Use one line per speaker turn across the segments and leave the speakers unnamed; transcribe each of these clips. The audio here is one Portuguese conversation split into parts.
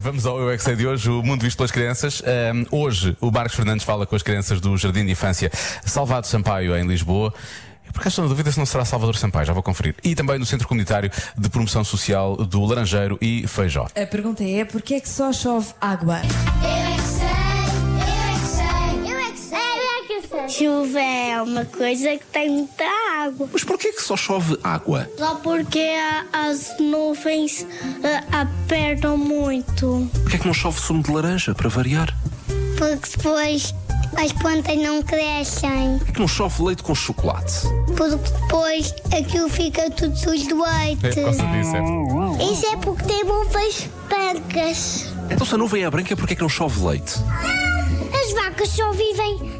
Vamos ao Eu é Que Sei de hoje, o mundo visto pelas crianças. Ahm, hoje o Marcos Fernandes fala com as crianças do Jardim de Infância Salvado Sampaio, em Lisboa. Eu, Por acaso estou na dúvida se não será Salvador Sampaio, já vou conferir. E também no Centro Comunitário de Promoção Social do Laranjeiro e Feijó.
A pergunta é: porquê é que só chove água?
é Chuva é uma coisa que tem muita água.
Mas porquê que só chove água?
Só porque a- as nuvens ah, apertam muito.
Porquê que não chove sumo de laranja, para variar?
Porque depois as plantas não crescem.
Porquê que não chove leite com chocolate?
Porque depois aquilo fica tudo sujo de
É por causa disso, é.
Isso é porque tem nuvens brancas.
Então se a nuvem é branca, porquê que não chove leite?
As vacas só vivem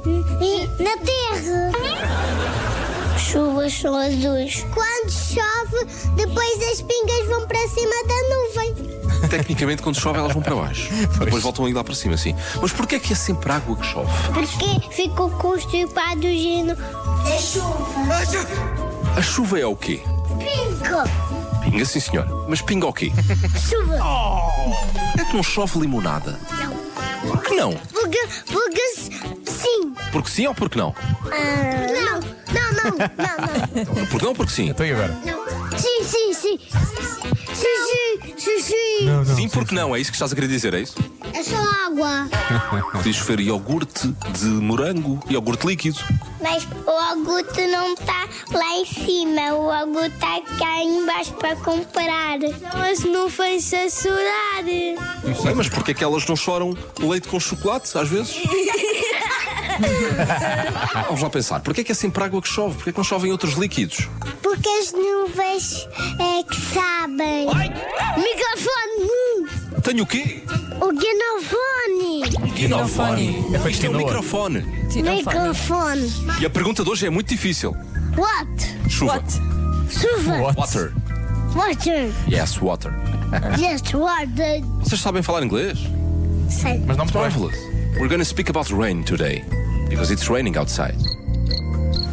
na terra. Chuvas são azuis. Quando chove, depois as pingas vão para cima da nuvem.
Tecnicamente, quando chove, elas vão para baixo. Depois voltam a ir lá para cima, sim. Mas porquê que é sempre água que chove?
Porque ficou constipado o gino da chuva.
A chuva é o quê?
Pingo!
Pinga, sim senhor. Mas pinga o quê?
Chuva!
Porquê que não chove limonada? Por que não?
Porque, porque se- sim.
Porque sim ou porque não?
não, não, não, não,
Porque não, ou porque sim.
Então e agora?
não, Sim, sim, sim. Sim, sim, sim, sim.
sim, porque não. É isso que estás a querer dizer, é isso?
É só água.
Podias chover iogurte de morango, iogurte líquido.
Mas o Augusto não tá lá em cima, o Augusto tá cá embaixo para comprar. São as nuvens censuradas.
Sei, mas porquê que elas não choram leite com chocolate, às vezes? Vamos lá pensar. Porquê que é sempre água que chove? Porquê que não chovem outros líquidos?
Porque as nuvens é que sabem. Microfone! Hum,
Tenho o quê? É
O gnofone!
Guinofone.
É feito
Isto é um
quinoa.
microfone.
Microfone!
E a pergunta de hoje é muito difícil.
What?
Chuva.
Chuva!
Water.
Water!
Yes, water.
Just water!
Vocês sabem falar inglês?
Sei.
Mas não muito bem.
Marvelous. We're going to speak about rain today. Because it's raining outside.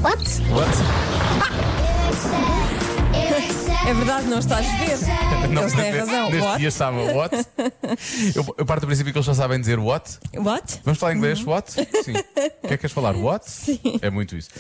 What?
What?
É verdade, não está a chover. Eles têm razão.
Neste dia
What?
estava what? Eu, eu parto do princípio que eles já sabem dizer what.
What?
Vamos falar em inglês? What? Sim. O que é que queres falar? What? Sim. É muito isso.